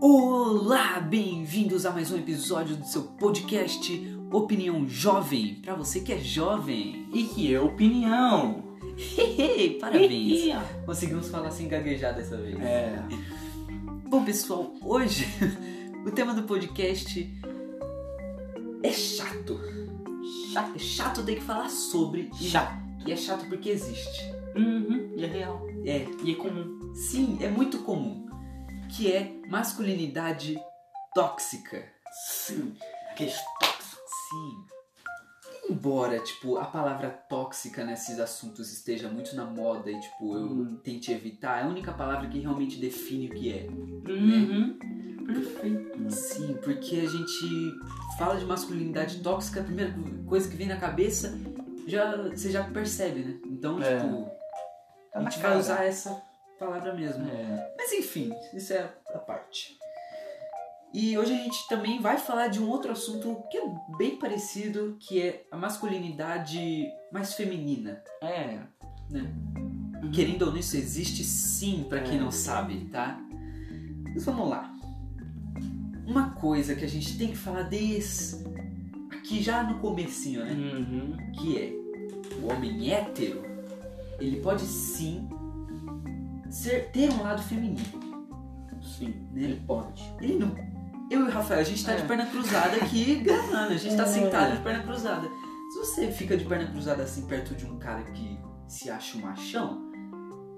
Olá, bem-vindos a mais um episódio do seu podcast Opinião Jovem, para você que é jovem. E que é opinião. Hehe, Parabéns. Conseguimos falar sem gaguejar dessa vez. É. Bom, pessoal, hoje o tema do podcast é chato. Chato, é chato ter que falar sobre e- Chato. E é chato porque existe. Uhum. E é real. É, E é comum. sim, é muito comum. Que é masculinidade tóxica. Sim. Aqueles tóxicos. Sim. Embora, tipo, a palavra tóxica nesses assuntos esteja muito na moda e, tipo, eu Hum. tente evitar, é a única palavra que realmente define o que é. Uhum. Perfeito. Sim, porque a gente fala de masculinidade tóxica, a primeira coisa que vem na cabeça, já, você já percebe, né? Então, É. tipo, Tá a na gente vai cara. usar essa palavra mesmo. É. Mas enfim, isso é a parte. E hoje a gente também vai falar de um outro assunto que é bem parecido, que é a masculinidade mais feminina. É. Né? Uhum. Querendo ou não, isso existe sim, pra quem É. não sabe, tá? Mas vamos lá. Uma coisa que a gente tem que falar desde aqui já no comecinho, né? Uhum. que é o homem hétero, ele pode sim ser, ter um lado feminino. Sim. Né? Ele pode. Ele não. Eu e o Rafael, a gente tá É. de perna cruzada aqui, ganhando. A gente tá É. sentado de perna cruzada. Se você fica de perna cruzada assim perto de um cara que se acha um machão,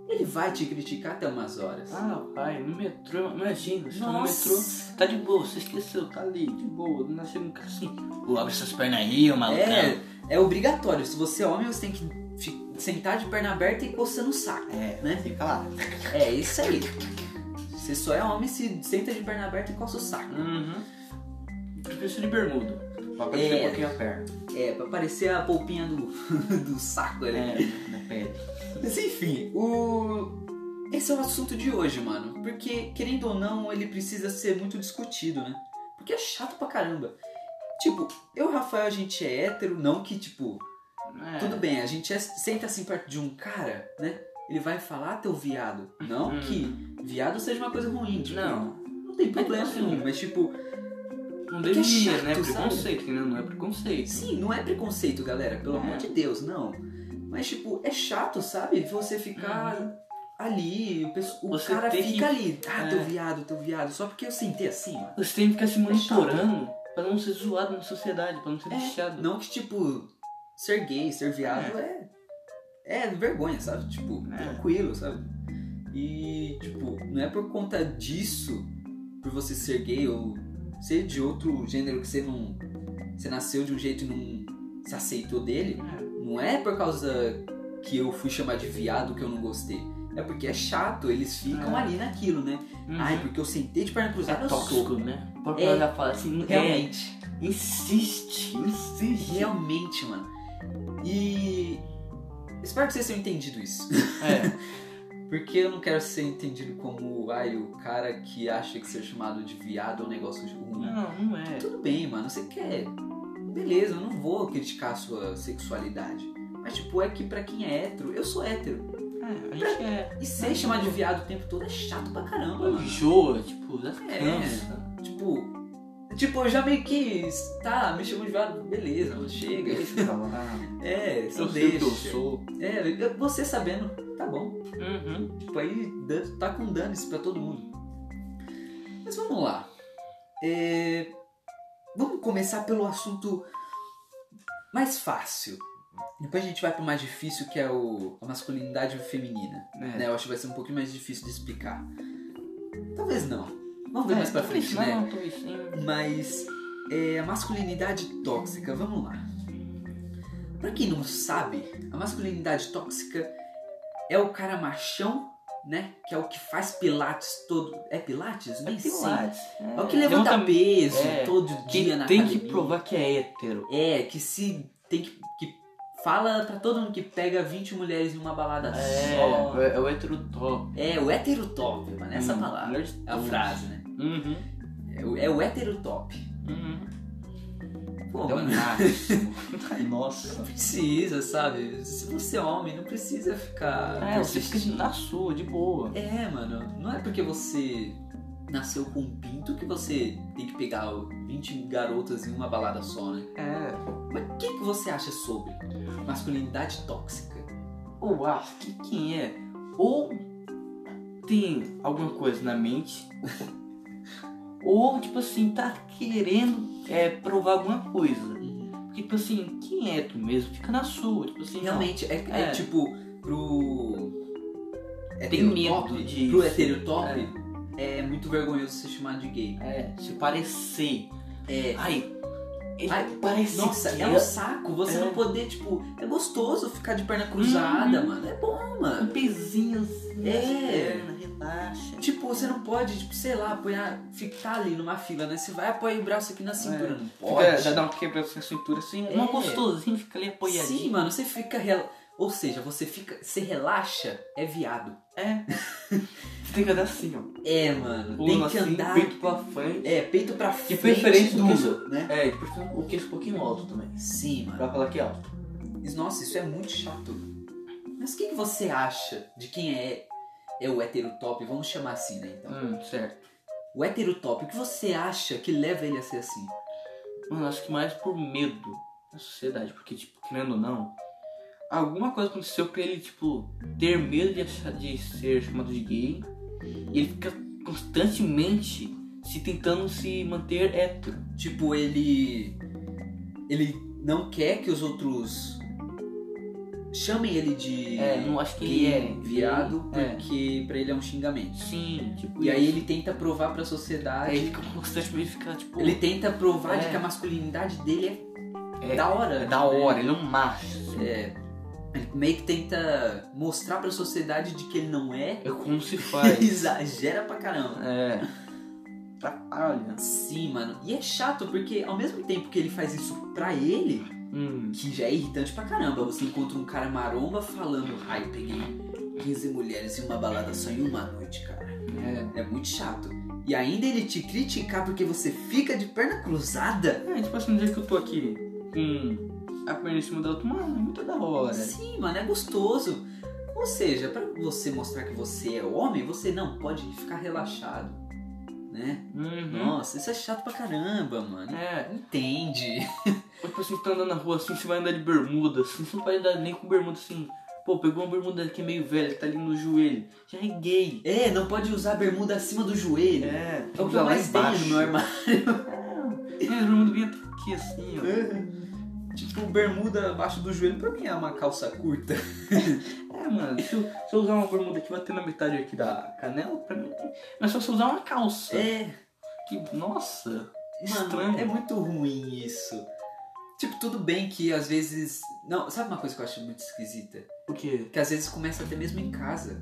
ele vai te criticar até umas horas. Ah, pai, no metrô, imagina, você tá no metrô, tá de boa, você esqueceu, tá ali, de boa, não nasceu nunca assim. Ô, abre essas pernas aí, ô malucão. É, é obrigatório. Se você é homem, você tem que fi- sentar de perna aberta e coçando o saco. É, né? Fica lá. É isso aí. Você só é homem se senta de perna aberta e coça o saco. Uhum. Prefiro de bermuda. É. Pra aparecer um pouquinho a perna. É, pra parecer a polpinha do, do saco ali. É, na pele. Mas enfim, o. Esse é o assunto de hoje, mano. Porque, querendo ou não, ele precisa ser muito discutido, né? Porque é chato pra caramba. Tipo, eu e o Rafael, a gente é hétero, não que, tipo, É. tudo bem, a gente é- senta assim perto de um cara, né? Ele vai falar teu viado. Não Hum. que viado seja uma coisa ruim, tipo. Não. Não tem problema Assim. nenhum, mas tipo, Não Porque é deveria, chato, né? sabe? Preconceito, né? Não é preconceito. Sim, não é preconceito, galera, pelo É. amor de Deus, não. Mas, tipo, é chato, sabe? Você ficar ali, o, pesso- o Uhum. Você cara tem fica que- ali, ah, É. teu viado, teu viado, só porque eu sentei assim, mano. Você tem que ficar se monitorando pra não ser zoado na sociedade, pra não ser É, lixado. Não que, tipo, ser gay, ser viado é. É, vergonha, sabe? Tipo, É. tranquilo, sabe? E, tipo, não é por conta disso, por você ser gay ou ser de outro gênero que você não. Você nasceu de um jeito e não se aceitou dele. Uhum. Não é por causa que eu fui chamar de viado que eu não gostei. É porque é chato, eles ficam É. ali naquilo, né? Uhum. Ai, porque eu sentei de perna cruzada, é eu sou. tóxico, né? Porque É. ela já fala assim, é, Realmente. insiste, insiste. Realmente, mano. E. Espero que vocês tenham entendido isso. É, Porque eu não quero ser entendido como, ai, o cara que acha que ser chamado de viado é um negócio ruim. não, não é. Tudo bem, mano, você quer. Beleza, eu não vou criticar a sua sexualidade. Mas, tipo, é que pra quem é hétero, eu sou hétero. É, a gente é. E ser chamado de viado o tempo todo é chato pra caramba, mano. Enjoa, tipo, já É. cansa. Tipo, tipo, eu já meio que. Tá, me chamou de viado, beleza, mano, chega. Deixa pra lá. É, só Eu sei o que deixa. eu sou. É, eu- você sabendo, tá bom. Uhum. Tipo, aí dan- tá com dano isso pra todo mundo. Mas vamos lá. É, Vamos começar pelo assunto mais fácil. Depois a gente vai pro mais difícil, que é o... a masculinidade feminina. É. né? Eu acho que vai ser um pouquinho mais difícil de explicar. Talvez não. Vamos ver mais pra É, talvez frente, não, né? talvez sim. Mas é, a masculinidade tóxica, vamos lá. Pra quem não sabe, a masculinidade tóxica é o cara machão, né? Que é o que faz pilates todo. É pilates? Nem sei. Pilates, É o que levanta peso é, todo Que dia na tem academia. que provar que é hétero. É, que se tem que, que fala pra todo mundo que pega 20 mulheres em uma balada só. é, é o hétero top. É, o hétero top, mano, essa Hum, palavra. melhor de É a todas. frase, né? Uhum. É o, é o hétero top. Uhum. Pô, É um mano, máximo. Nossa. não Então precisa, sabe? Se você é homem, não precisa ficar. É, você persistindo. fica na sua, de boa. É, mano, não é porque você nasceu com um pinto que você tem que pegar 20 garotas em uma balada só, né? É. Mas o que, que você acha sobre masculinidade tóxica? Eu acho que quem é ou tem alguma coisa na mente, ou tipo assim, tá querendo é, provar alguma coisa. Porque, tipo assim, quem é tu mesmo? Fica na sua. Tipo assim, não. Realmente, é, é É. tipo, pro. Tem medo heterotop, disso. Pro heterotop, é. muito vergonhoso ser chamado de gay. É, se parecer. É. Ai, ele Ai, parece Nossa, que é um saco você É. não poder, tipo, é gostoso ficar de perna cruzada, Uhum. mano. É bom, um mano. pezinho assim. É. nas pernas, relaxa. Tipo, você não pode, tipo, sei lá, apoiar, ficar ali numa fila, né? Você vai apoiar o braço aqui na cintura, não É. Fica, pode. já dá uma quebra na cintura assim. É. Uma gostosinha fica ali apoiadinho. Sim, mano, você fica. Rel... Ou seja, você fica. Você relaxa, é viado. É. Você tem que andar assim, ó. É, mano, tem Pulo que assim, andar. peito pra frente. É, peito pra frente. preferência do que duro, né? É, depois tem o queixo um pouquinho alto também. Sim, mano. Pra falar que é alto. Isso- Nossa, isso é muito chato. Mas o que, que você acha de quem é, é o hétero top? Vamos chamar assim, né? Então. Hum, certo. O hétero top, o que você acha que leva ele a ser assim? Mano, acho que mais por medo da sociedade. Porque, tipo, querendo ou não, alguma coisa aconteceu pra ele, tipo, ter medo de, achar, de ser chamado de gay. E ele fica constantemente se tentando se manter hétero. Tipo, ele. Ele não quer que os outros chamem ele de. É, não acho que gay, ele é. Viado, É. porque pra ele é um xingamento. Sim, tipo. E aí isso. ele tenta provar pra sociedade. Aí ele fica constantemente fica, tipo. Ele tenta provar de É. que a masculinidade dele é, É, da hora. é da né? hora, ele é um macho. É, ele meio que tenta mostrar pra sociedade de que ele não é. É como se faz. Ele exagera pra caramba. é. Atrapalha. Sim, mano. E é chato porque ao mesmo tempo que ele faz isso pra ele, Hum. que já é irritante pra caramba, você encontra um cara maromba falando, ai, peguei 15 mulheres em uma balada só em uma noite, cara. É. É muito chato. E ainda ele te criticar porque você fica de perna cruzada. É, tipo assim, dizer que eu tô aqui com a perna em cima da outra, mano, é muito da hora. Sim, mano, é gostoso. Ou seja, pra você mostrar que você é homem, você não pode ficar relaxado, né? Uhum. Nossa, isso é chato pra caramba, mano. É. Entende? Ou tipo assim, você tá andando na rua assim, você vai andar de bermuda, assim, você não pode andar nem com bermuda assim. Pô, pegou uma bermuda aqui meio velha, tá ali no joelho. Já é gay. É, não pode usar bermuda acima do joelho. É, É, o que eu mais tenho no meu armário. Minha bermuda vinha até aqui assim, ó. tipo, bermuda abaixo do joelho pra mim é uma calça curta. É, mano, se eu, se eu usar uma bermuda que vai ter na metade aqui da canela, pra mim. Mas só se eu usar uma calça. É, Que, nossa. Mano, Estranho. é muito ruim isso. Tipo, tudo bem que às vezes. Não, sabe uma coisa que eu acho muito esquisita? O quê? Que às vezes começa até mesmo em casa.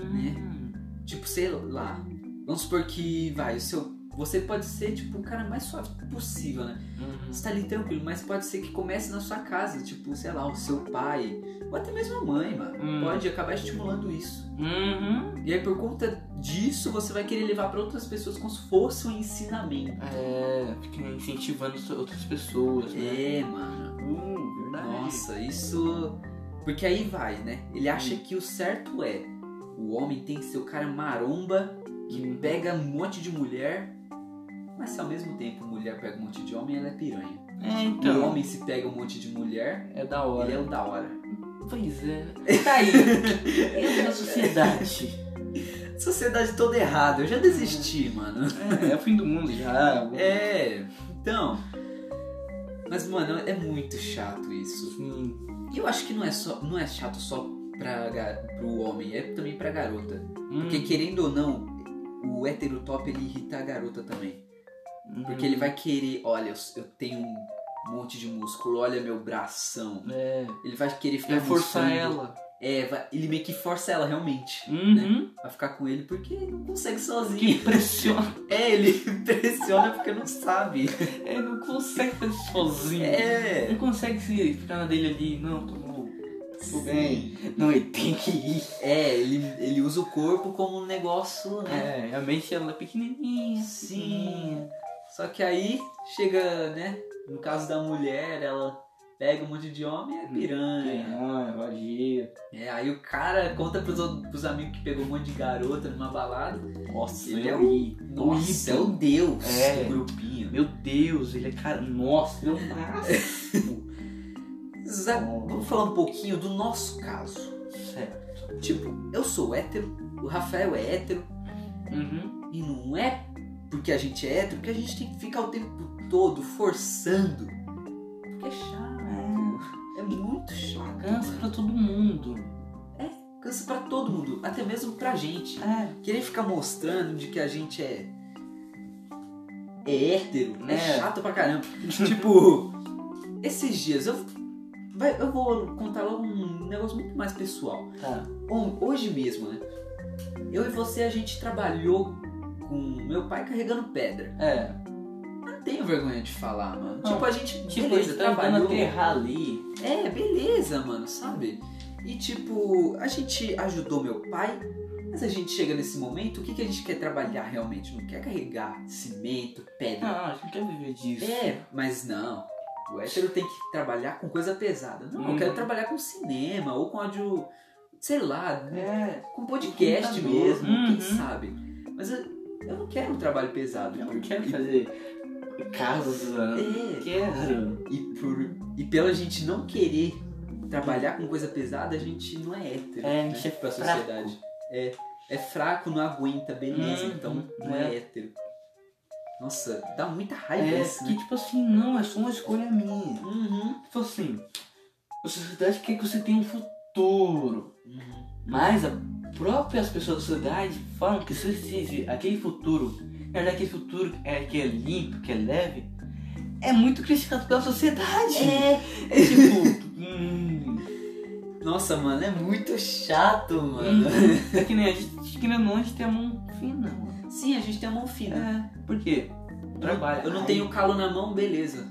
Hum. Tipo, sei lá. Vamos supor que, vai, o seu. Você pode ser, tipo, o cara mais suave possível, né? Uhum. Você tá ali tranquilo, mas pode ser que comece na sua casa, tipo, sei lá, o seu pai, ou até mesmo a mãe, mano. Hum. Pode acabar estimulando isso. Uhum. E aí, por conta disso, você vai querer levar pra outras pessoas como se fosse um ensinamento. É, fica incentivando so- outras pessoas, né? É, mano. Hum, verdade. Nossa, isso. Porque aí vai, né? Ele acha que o certo é. O homem tem que ser o cara maromba Hum. pega um monte de mulher, mas se ao mesmo tempo mulher pega um monte de homem, ela é piranha. É, E o então. homem se pega um monte de mulher, É da ele hora. é o da hora. Pois é. Tá aí. Entra na É sociedade. Sociedade toda errada, eu já desisti, mano. É, é o fim do mundo já. É, então. Mas, mano, é muito chato isso. Sim. E eu acho que não é, só, não é chato só pra, ga- pro homem, é também pra garota. Porque, Hum. querendo ou não, o hétero top ele irrita a garota também. Hum. Porque ele vai querer, olha, eu, eu tenho um monte de músculo, olha meu bração. É. Ele vai querer ficar Vai forçar mostrando. ela. É, vai- ele meio que força ela realmente. Uhum. Vai ficar com ele porque não consegue Que sozinho. pressiona. É, ele pressiona porque não sabe. Ele É, não consegue fazer sozinho. É. Não consegue se ficar na dele ali. Não, tô bom. Tudo bem. Sim. Não, ele tem que ir. É, ele, ele usa o corpo como um negócio, né? É, a mente ela é pequenininha. Sim. Só que aí chega, né? No caso da mulher, ela Pega um monte de homem é piranha. Piranha, vadia. É, aí o cara conta pros, outros- pros amigos que pegou um monte de garota numa balada. Nossa, Ele ele é é o. Nossa, é ídolo. o Deus É. do grupinho. Meu Deus, ele é cara. Nossa, ele é um máximo. Zé, vamos falar um pouquinho do nosso caso. Sério. Tipo, eu sou hétero, o Rafael é hétero, Uhum. e não é porque a gente é hétero que a gente tem que ficar o tempo todo forçando. Porque é chato. É muito chato. Cansa pra todo mundo. Cansa pra todo mundo, até mesmo pra gente. É. Querer ficar mostrando de que a gente é. É hétero, é, É. chato pra caramba. tipo, esses dias eu. vai- eu vou contar logo um negócio muito mais pessoal. Tá. Bom, hoje mesmo, né? Eu e você, a gente trabalhou com meu pai carregando pedra. É. Eu não tenho vergonha de falar, mano. Não. Tipo, a gente. Tipo, beleza, ele tá trabalhou. tentando aterrar ali. É, beleza, mano, sabe? E tipo, a gente ajudou meu pai, mas a gente chega nesse momento, o que, que a gente quer trabalhar realmente? Não quer carregar cimento, pedra. Não, Ah, a gente não quer viver disso. É, mas não. O hétero tem que trabalhar com coisa pesada. Não, eu Uhum. quero trabalhar com cinema ou com áudio, sei lá, né? É. com podcast Computador. mesmo, quem Uhum. sabe? Mas eu, eu não quero um trabalho pesado. Eu não porque- quero fazer casa. É, Quero. E, por, e pela gente não querer trabalhar com coisa pesada, a gente não é hétero. É, a gente né? é pra fraco. sociedade. É, é fraco, não aguenta, beleza, Uhum, então não é. né? hétero. Nossa, dá muita raiva É, isso, que né? tipo assim, não, é só uma escolha minha. Uhum, Tipo assim, a sociedade quer que você tenha um futuro. uhum. Mas as próprias pessoas da sociedade falam que se existe aquele futuro, na verdade aquele futuro é, que é limpo, que é leve, é muito criticado pela sociedade. É, tipo. hum, Nossa, mano, é muito chato, mano. é que nem a gente, que nem nós gente tem a mão fina. Sim, a gente tem a mão fina. É, por quê? Trabalho. Eu não Ai, tenho calo na mão, beleza.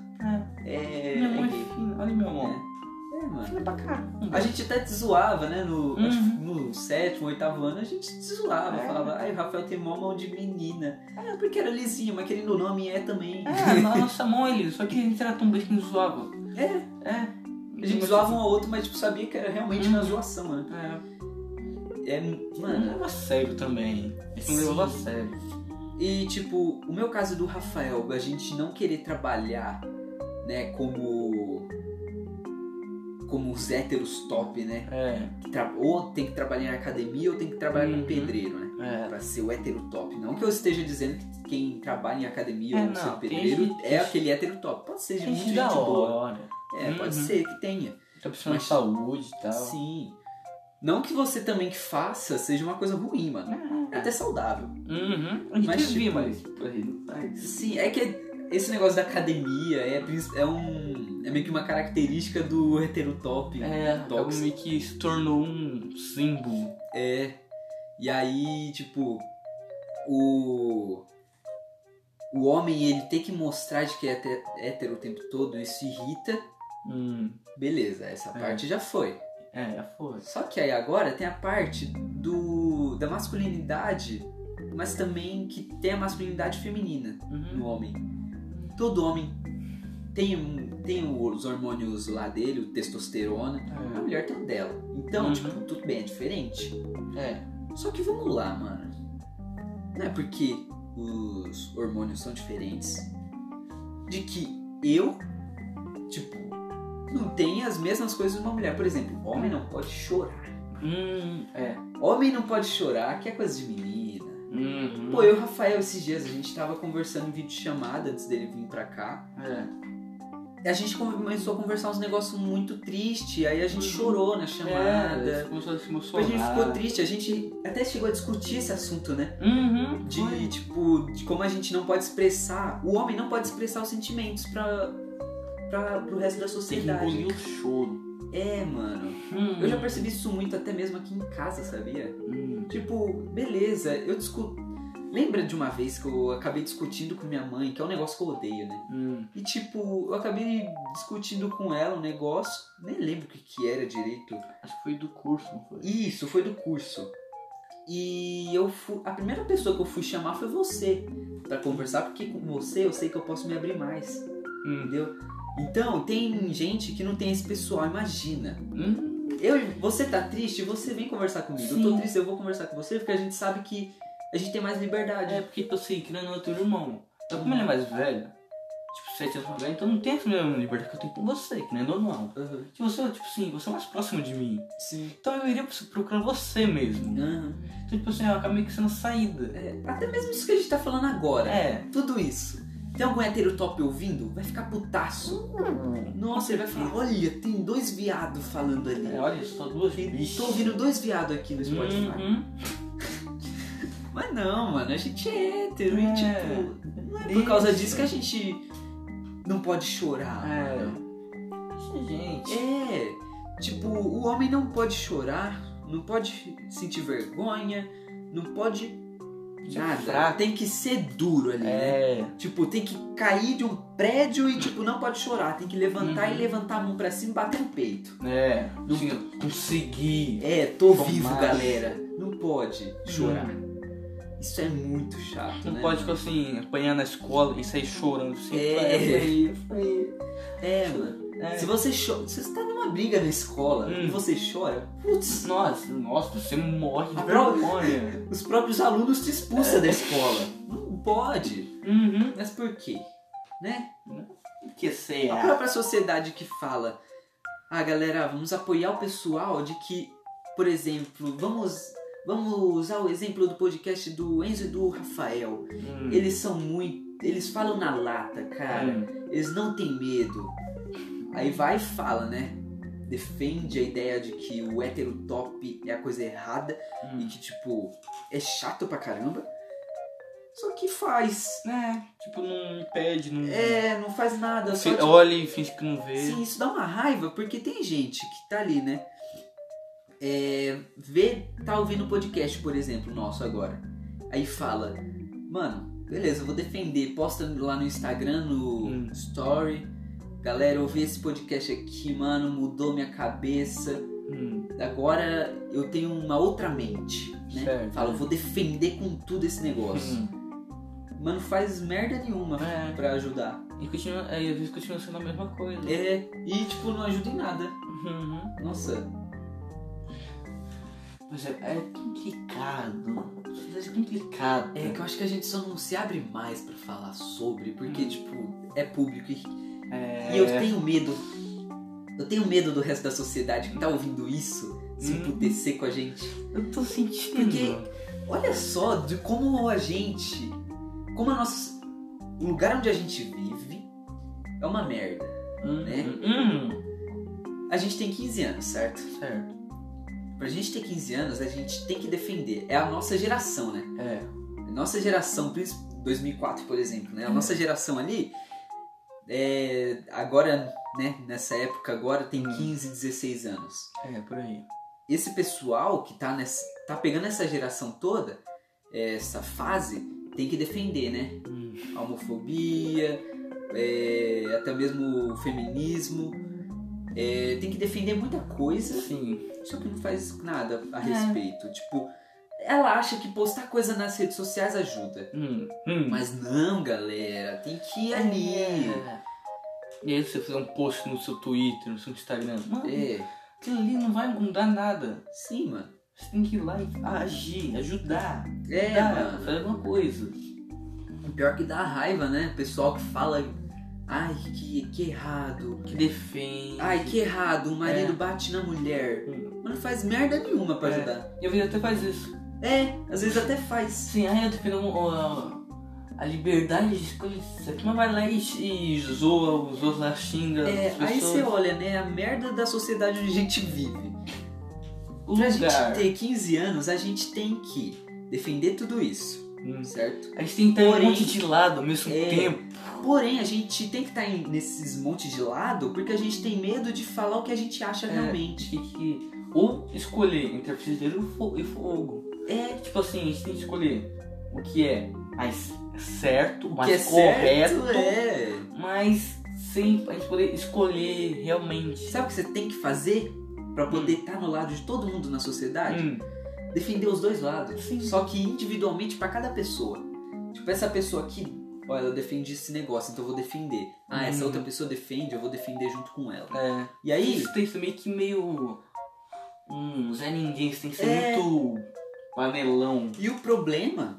É. É. Minha mão é gay. fina, olha minha mão. É, é, mano. Fina pra caramba. A gente até te zoava, né? No, Uhum. acho que no sétimo, oitavo ano, a gente te zoava. É. Falava, ai, o Rafael tem mó mão de menina. Ah, porque era lisinho, mas querendo o nome é também. É, na nossa mão ele, só que a gente era tão besta que não zoava. É, É. a gente zoava um ao outro, mas tipo, sabia que era realmente Uhum. uma zoação, né? É, É, mano, mano. leva a sério também. Não sim. levou a sério. E tipo, o meu caso do Rafael, a gente não querer trabalhar, né, como. Como os héteros top, né? É, Que tra- Ou tem que trabalhar em academia ou tem que trabalhar Uhum. com pedreiro, né? é. Pra ser o hétero top. Não que eu esteja dizendo que quem trabalha em academia É, ou não, ser tem pedreiro gente- é aquele hétero top. Pode ser de Gente, muita gente da boa. hora. É, pode Uhum. ser que tenha. Tá precisando Mas- de saúde e tal. Sim. Não que você também que faça seja uma coisa ruim, mano. É É. até saudável. Uhum. A Mas, gente mas, vi, tipo, mas. Pô, ele não faz. Sim, é que esse negócio da academia é, prin- é um. É meio que uma característica do hétero top. né? É, acabou tóxico. meio que se tornou um símbolo. É. E aí, tipo, o. O homem, ele tem que mostrar de que é hétero- hétero o tempo todo, isso irrita. Hum. Beleza, essa É. parte já foi. É, já foi. Só que aí agora tem a parte do da masculinidade, mas também que tem a masculinidade feminina no Uhum. homem. Todo homem tem, um- tem os hormônios lá dele, o testosterona. A É. mulher tem o dela. Então, Uhum. tipo, tudo bem, é diferente. É. Só que vamos lá, mano. Não é porque os hormônios são diferentes de que eu, tipo, não tenho as mesmas coisas de uma mulher. Por exemplo, homem não pode chorar. Hum, é. Homem não pode chorar, que é coisa de menina. Uhum. Pô, eu e o Rafael, esses dias, a gente tava conversando em vídeo chamada antes dele vir pra cá. É. E a gente começou a conversar uns negócios muito tristes, aí a gente Uhum. chorou na É, chamada. ele começou a se Depois emocionar. a gente ficou triste, a gente até chegou a discutir esse assunto, né? Uhum. de foi. tipo de como a gente não pode expressar o homem não pode expressar os sentimentos para para pro resto da Tem que engolir sociedade o choro. é mano Hum. eu já percebi isso muito até mesmo aqui em casa sabia Hum. tipo beleza eu discuto lembra de uma vez que eu acabei discutindo com minha mãe que é um negócio que eu odeio né Hum. e tipo eu acabei discutindo com ela um negócio nem lembro o que que era direito Acho que foi do curso, não foi? Isso, foi do curso. E eu fui, a primeira pessoa que eu fui chamar foi você pra conversar, porque com você eu sei que eu posso me abrir mais, Hum. entendeu? Então, tem gente que não tem esse pessoal, imagina. Hum, Eu, você tá triste, você vem conversar comigo. Eu tô Sim. triste, eu vou conversar com você, porque a gente sabe que a gente tem mais liberdade. é porque, tipo assim, querendo ou não, eu tenho um irmão. Então, como ele é mais velho, tipo, 7 anos mais velho, então não tem essa mesma liberdade que eu tenho com você, querendo ou não. Aham, Tipo, você, tipo assim, você é mais próximo de mim. Sim. Então eu iria procurar você mesmo. Aham. Então, tipo assim, eu acabo meio que sendo saída. É, até mesmo isso que a gente tá falando agora. É. Tudo isso. Tem algum hétero top ouvindo? Vai ficar putaço. Nossa, ele vai falar, olha, tem dois viados falando ali. É, olha, só duas Tem- bichas. Tô ouvindo dois viados aqui no Spotify. Uhum. Mas não, mano, a gente é hétero É. e tipo, não é por causa disso que a gente não pode chorar. É. mano. Gente. É, tipo, o homem não pode chorar, não pode sentir vergonha, não pode Ser nada. fraco. Tem que ser duro ali, né? É. Tipo, tem que cair de um prédio e, tipo, não pode chorar. Tem que levantar Uhum. e levantar a mão pra cima e bater no peito. É. Não- Sim, eu consegui. É, tô Tomar. vivo, galera. Não pode chorar. Isso é muito chato, Uhum. Não né? pode, tipo mano? assim, apanhar na escola e sair chorando assim. É. "Ah, eu apanhei, eu apanhei". É, mano. É. Se você chora, se você tá numa briga na escola Hum. e você chora, putz, Nossa, nossa, você morre de A prova- vergonha. os próprios alunos te expulsam É. da escola. Não pode. uhum. Mas por quê? Né? Que é. A será? própria sociedade que fala, ah galera, vamos apoiar o pessoal de que, por exemplo, vamos. Vamos usar o exemplo do podcast do Enzo e do Rafael. Hum. Eles são muito. Eles falam na lata, cara. Hum. Eles não têm medo. Aí vai e fala, né? Defende a ideia de que o hétero top é a coisa errada e Hum. que, tipo, é chato pra caramba. Só que faz. É, tipo, não impede, não. É, não faz nada. Só, Fi- tipo, Olha e finge que não vê. Sim, isso dá uma raiva, porque tem gente que tá ali, né? É, vê, tá ouvindo podcast, por exemplo, nosso agora. Aí fala, mano, beleza, eu vou defender. Posta lá no Instagram, no Hum. Story. Galera, eu ouvi esse podcast aqui, mano, mudou minha cabeça. Hum. Agora eu tenho uma outra mente, né? Certo. Fala, eu vou defender com tudo esse negócio. Hum. Mano, faz merda nenhuma né, É. pra ajudar. E continua, aí às vezes continua sendo a mesma coisa. É, e tipo, não ajuda em nada. Uhum. Nossa, Mas é, é complicado. É complicado. É que eu acho que a gente só não se abre mais pra falar sobre, porque, tipo, é público. E, É. e eu tenho medo. Eu tenho medo do resto da sociedade que tá ouvindo isso se Hum. emputecer com a gente. Eu tô sentindo. Porque- Olha só de como a gente. Como a nossa. O lugar onde a gente vive é uma merda. Hum, né? hum, A gente tem 15 anos, certo? hum. Certo. Pra gente ter 15 anos, a gente tem que defender. É a nossa geração, né? É. Nossa geração, prin- 2004, por exemplo, né? A nossa geração ali, é, agora, né? Nessa época agora, tem Hum. 15, 16 anos. É, por aí. Esse pessoal que tá, nessa, tá pegando essa geração toda, é, essa fase, tem que defender, né? Hum. A homofobia, é, até mesmo o feminismo. É, tem que defender muita coisa, Sim. só que não faz nada a respeito. Tipo, ela acha que postar coisa nas redes sociais ajuda. Hum. Hum. Mas não, galera, tem que ir ali. É. E aí você fazer um post no seu Twitter, no seu Instagram. Mano, É, aquilo ali não vai mudar nada. sim, mano. Você tem que ir lá e agir, ajudar. É, ajudar, mano. fazer alguma coisa. Pior que dá raiva, né? Pessoal que fala, ai, que, que errado. Que defende. Ai, que errado, o marido É. bate na mulher. Hum. Mas não faz merda nenhuma pra É. ajudar. E a vida até faz isso. É, às vezes até faz. Sim, ai, eu defendo a, a liberdade de escolha. Mas vai lá e, e zoa os outros lá, xinga. É, as aí pessoas. você olha, né? A merda da sociedade onde a gente vive. O Pra lugar. gente ter 15 anos, a gente tem que defender tudo isso, Hum. certo? A gente tem que ter um Porém- monte de lado ao mesmo É. tempo. Porém, a gente tem que estar nesses montes de lado porque a gente tem medo de falar o que a gente acha É. De realmente. que, que- ou escolher entre a frigideira e o fo- e o fogo. É, Tipo assim, a gente tem que escolher o que é mais certo, o que é mais correto, certo é. mas sem a gente poder escolher realmente. Sabe o que você tem que fazer pra poder estar no lado de todo mundo na sociedade? Hum, Defender os dois lados. Sim. Só que individualmente pra cada pessoa. Tipo, essa pessoa aqui ó, ela defende esse negócio, então eu vou defender. Ah, essa Uhum. outra pessoa defende, eu vou defender junto com ela. É. E aí, Isso tem que ser meio que meio. Hum, Zé Ninguém, isso tem que ser É. muito panelão. e o problema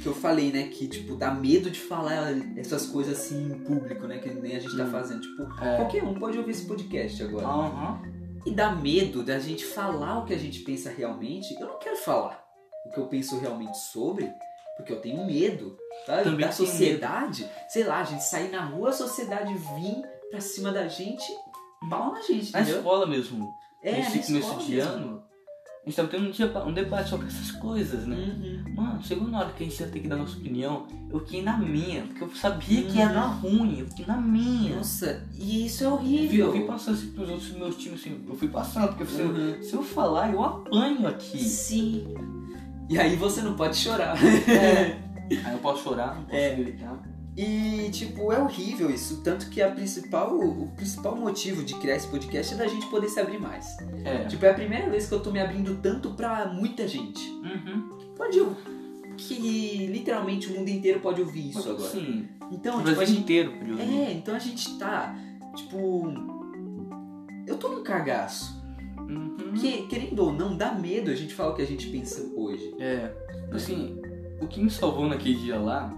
que eu falei, né, que tipo, dá medo de falar essas coisas assim em público, né, que nem a gente tá Hum. fazendo. Tipo, É. qualquer um pode ouvir esse podcast agora. Aham. E dá medo da gente falar o que a gente pensa realmente. Eu não quero falar o que eu penso realmente sobre, porque eu tenho medo tá? Também da tenho sociedade. Sei lá, a gente sair na rua, a sociedade vir pra cima da gente, pau na gente, Na entendeu? escola mesmo. É, na nesse né? começo escola de mesmo. ano, a gente tava tendo um, dia- um debate sobre essas coisas, né? Uhum. Mano, chegou na hora que a gente ia ter que dar nossa opinião, eu fiquei na minha, porque eu sabia que ia dar Uhum. ruim, eu fiquei na minha. Nossa, e isso é Eu fui, horrível. eu fui passando assim pros outros meus times, assim, eu fui passando, porque eu falei, Uhum. se eu falar, eu apanho aqui. Sim. E aí você não pode chorar. É. Aí eu posso chorar, não posso É. gritar. E, tipo, é horrível isso. Tanto que a principal, o principal motivo de criar esse podcast é da gente poder se abrir mais. É. Tipo, é a primeira vez que eu tô me abrindo tanto pra muita gente. Uhum. Pode eu. Que literalmente o mundo inteiro pode ouvir isso agora. Sim, assim, o Então, tipo, a Brasil gente. inteiro, Bruno. É, então a gente tá. Tipo. Eu tô num cagaço. Uhum. Que, querendo ou não, dá medo a gente falar o que a gente pensa hoje. É, assim, o que me salvou naquele dia lá,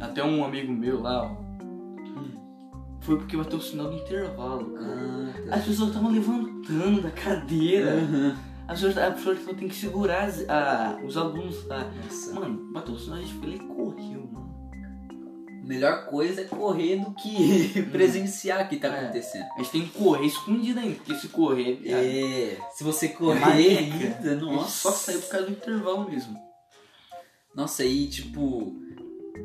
até um amigo meu lá, ó, Hum. foi porque bateu o sinal do intervalo, cara. Ah, As pessoas estavam levantando da É. cadeira. As pessoas, a pessoa falou tem que segurar as- a- os alunos lá. Nossa. Mano, bateu o sinal, a gente foi lá e correu, mano. Melhor coisa é correr do que presenciar o que tá Uhum. É. acontecendo. A gente tem que correr escondido ainda, porque se correr, viado, É, se você Maneca. correr ainda, a gente nossa. só saiu por causa do intervalo mesmo. Nossa, aí, tipo,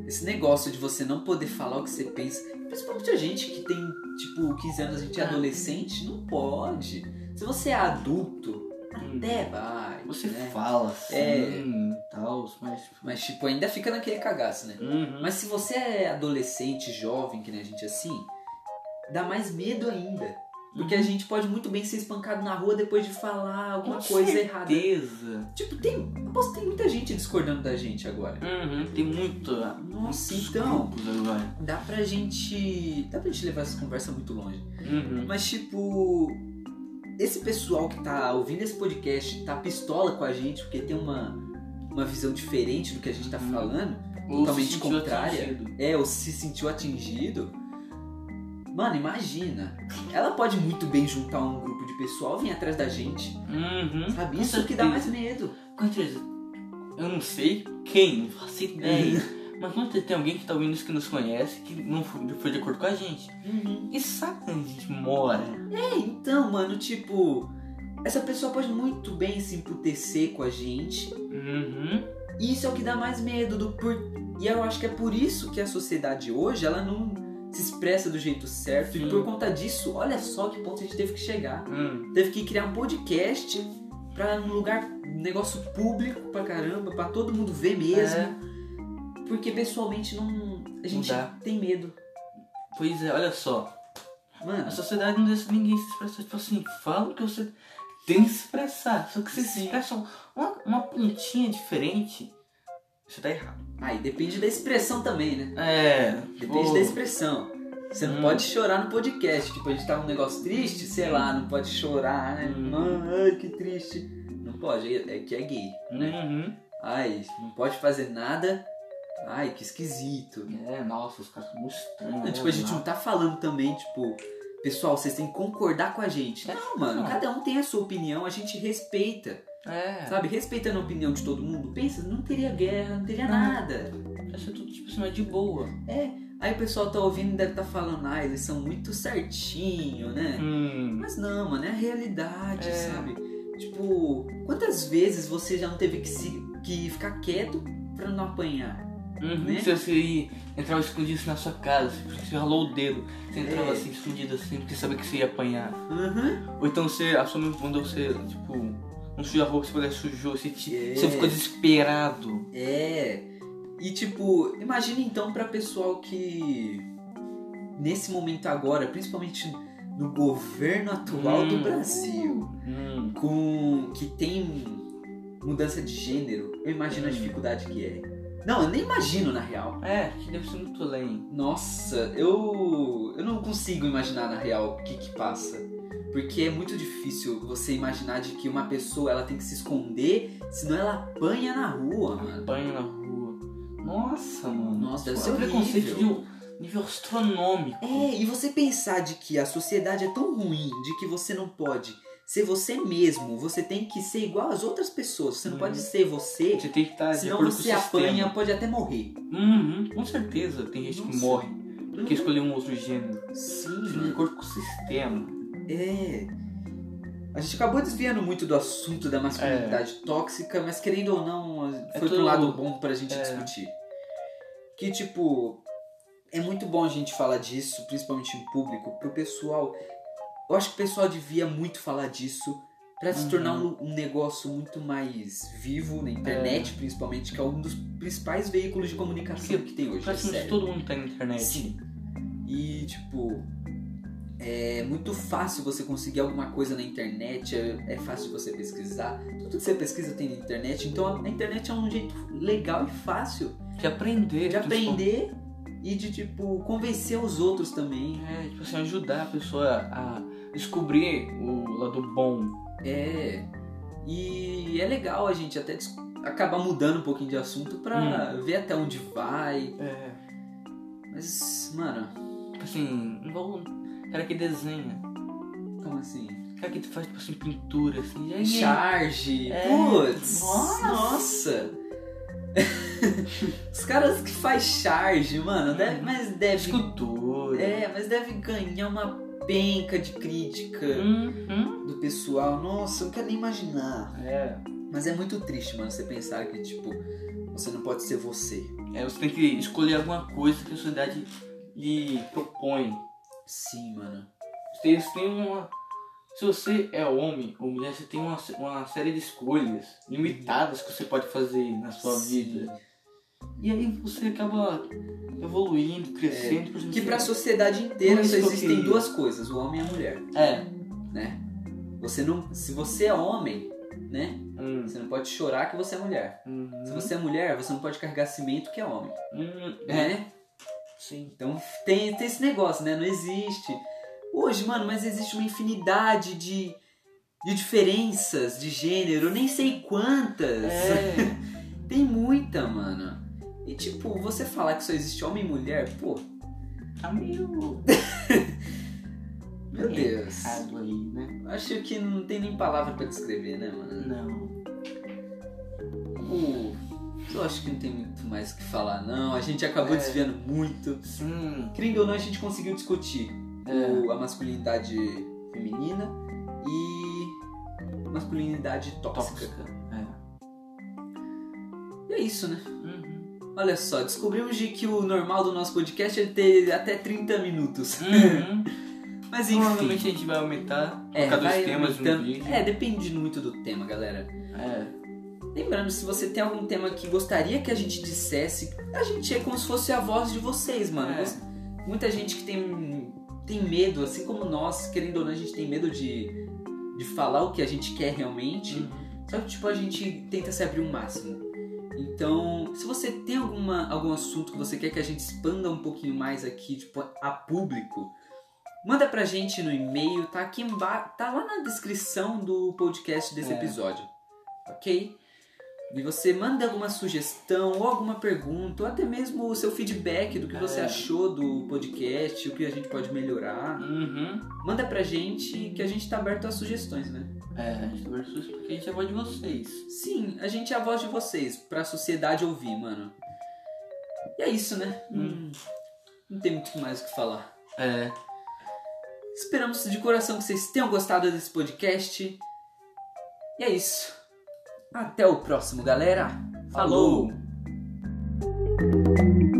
esse negócio de você não poder falar o que você pensa, principalmente a gente que tem, tipo, 15 anos, a gente é Ah. adolescente, não pode. Se você é adulto, Hum. até vai. Você né? fala assim, É. tal, mas. Mas, tipo, ainda fica naquele cagaço, né? Uhum. Mas se você é adolescente, jovem, que nem a gente é assim, dá mais medo ainda. Porque a Uhum. gente pode muito bem ser espancado na rua depois de falar alguma Com coisa errada. certeza. Tipo, tem. Aposto que tem muita gente discordando da gente agora. Uhum, tem muita. Nossa, muitos então. grupos agora. Dá pra gente. Dá pra gente levar essa conversa muito longe. Uhum. Mas tipo. Esse pessoal que tá ouvindo esse podcast tá pistola com a gente, porque tem uma, uma visão diferente do que a gente tá Uhum. falando. Ou totalmente se sentiu contrária. atingido. É, ou se sentiu atingido. Mano, imagina. Ela pode muito bem juntar um grupo de pessoal e vir atrás da gente. Uhum. Sabe? Com Isso é que dá mais certeza. medo. Com certeza. Eu não sei quem, não faço ideia. Uhum. Mas quando tem alguém que tá ouvindo isso que nos conhece, que não foi foi de acordo com a gente, Uhum. e sabe onde a gente mora. É, então, mano, tipo. Essa pessoa pode muito bem se emputecer com a gente. Uhum. E isso é o que dá mais medo do por... E eu acho que é por isso que a sociedade hoje, ela não se expressa do jeito certo. E Sim. por conta disso, olha só que ponto a gente teve que chegar. Hum. Teve que criar um podcast pra um lugar, um negócio público pra caramba, pra todo mundo ver mesmo. É, Porque pessoalmente não, a gente dá. tem medo. pois é, olha só. Mano, A sociedade não deixa ninguém se expressar. Tipo assim, fala o que você tem que se expressar. Só que se você Sim. expressa uma, uma pontinha diferente, você tá errado. aí depende da expressão também, né? É. Depende pô, da expressão. Você não Hum. pode chorar no podcast. Tipo, a gente tá num negócio triste, sei lá, não pode chorar, né? Hum. Mano, ai, que triste. Não pode, é é que é gay, né? Uhum. Ai, não pode fazer nada. Ai, que esquisito. É, nossa, os caras são muito estranhos. Não, né, tipo, a gente lá. não tá falando também, tipo, pessoal, vocês têm que concordar com a gente. É, Não, mano, não. cada um tem a sua opinião, a gente respeita. É. Sabe, respeitando a opinião de todo mundo, pensa, não teria guerra, não teria Não. nada. Isso é tudo tipo assim, mas de boa. Aí o pessoal tá ouvindo e deve tá falando, ah, eles são muito certinho, né? Hum. Mas não, mano, é a realidade, É. sabe? Tipo, quantas vezes você já não teve que, se, que ficar quieto pra não apanhar? Né? Se você entrava escondido assim na sua casa, se você ralou o dedo, você entrava É. assim escondido assim, porque sabia que você ia apanhar. Aham. Ou então você, a sua mãe mandou você, tipo, não suja a roupa, você poder sujou, você, te- É. você ficou desesperado. É. E tipo, imagina então pra pessoal que nesse momento agora, principalmente no governo atual do Hum. Brasil, Hum. com que tem mudança de gênero, eu imagino a Hum. dificuldade que é. Não, eu nem imagino na real. É, acho que deve ser muito além. Nossa, eu eu não consigo imaginar na real o que que passa, porque é muito difícil você imaginar de que uma pessoa ela tem que se esconder, senão ela apanha na rua, mano. Apanha na rua. Nossa, mano. Nossa, deve Isso ser é um preconceito horrível. de um nível astronômico. É, e você pensar de que a sociedade é tão ruim, de que você não pode ser você mesmo, você tem que ser igual às outras pessoas, você não Uhum. pode ser você, Você tem que estar de senão acordo com o você apanha, sistema. pode até morrer. Uhum, com certeza tem gente que Nossa. morre porque escolheu um outro gênero. Sim, De acordo com o sistema. É. A gente acabou desviando muito do assunto da masculinidade tóxica, mas querendo ou não, É foi pro tudo- lado bom pra gente é. discutir. Que tipo, é muito bom a gente falar disso, principalmente em público, pro pessoal. Eu acho que o pessoal devia muito falar disso pra se Uhum. É. tornar um, um negócio muito mais vivo na internet, principalmente, que é um dos principais veículos de comunicação Porque que tem hoje. é Praticamente sério. todo mundo tá na internet. Sim. E tipo, é muito fácil você conseguir alguma coisa na internet, é, é fácil você pesquisar. Tudo que você pesquisa tem na internet, então a internet é um jeito legal e fácil De aprender. de principalmente. aprender e de tipo convencer os outros também. É, tipo assim, ajudar a pessoa a descobrir o lado bom. É. E é legal a gente até dis- acabar mudando um pouquinho de assunto pra ver até onde vai. É. Mas, mano, Tipo assim, igual um cara que desenha. como assim? Cara que faz, tipo assim, pintura, assim. E aí, Charge. É. Putz. Nossa. Nossa. Os caras que faz charge, mano, deve- É. mas deve. escultura. É, mas deve ganhar uma penca de crítica Uhum. do pessoal. Nossa, eu não quero nem imaginar. É. Mas é muito triste, mano, você pensar que, tipo, você não pode ser você. É, você tem que escolher alguma coisa que a sociedade lhe propõe. Sim, mano. Você você tem uma. Se você é homem ou mulher, você tem uma, uma série de escolhas limitadas que você pode fazer na sua vida. E aí você acaba evoluindo, crescendo. por exemplo, É. Que pra você- sociedade inteira Por só isso que eu existem queria. duas coisas, o homem e a mulher, É. né? Você não. Se você é homem, né? Hum. Você não pode chorar que você é mulher. Uhum. Se você é mulher, você não pode carregar cimento que é homem, Hum, É. né? Sim. Então tem, tem esse negócio, né? Não existe. Hoje, mano, mas existe uma infinidade de, de diferenças de gênero, eu nem sei quantas. É. Tem muita, mano. E tipo, você falar que só existe homem e mulher, pô, Tá meio. meu É. Deus. errado aí, né? Acho que não tem nem palavra pra descrever, né, mano? Não. Uhum. O- eu acho que não tem muito mais o que falar, não. A gente acabou É. desviando muito. Sim. Querendo ou não, a gente conseguiu discutir É. o- a masculinidade feminina e masculinidade tóxica. Tóxica. É. E é isso, né? Uhum. Olha só, descobrimos de que o normal do nosso podcast é ter até 30 minutos. Uhum. Mas enfim, Provavelmente a gente vai aumentar por é, causa dos vai temas no aumentando- vídeo. é, depende muito do tema, galera. É. Lembrando, se você tem algum tema que gostaria que a gente dissesse, a gente é como se fosse a voz de vocês, mano. É. Você- Muita gente que tem, tem medo, assim como nós, querendo ou não, a gente tem medo de, de falar o que a gente quer realmente. Uhum. Só que, tipo, a gente tenta se abrir o máximo. Então, se você tem alguma, algum assunto que você quer que a gente expanda um pouquinho mais aqui, tipo, a público, manda pra gente no e-mail, tá aqui embaixo, tá lá na descrição do podcast desse É. episódio, ok? E você manda alguma sugestão, ou alguma pergunta, ou até mesmo o seu feedback do que você É. achou do podcast, o que a gente pode melhorar. Uhum. Manda pra gente que a gente tá aberto a sugestões, né? É, a gente conversa isso porque a gente é voz de vocês. Sim, a gente é a voz de vocês, pra sociedade ouvir, mano. E é isso, né? Hum. Não- Não tem muito mais o que falar. É. Esperamos de coração que vocês tenham gostado desse podcast. E é isso. Até o próximo, galera. Falou. Falou.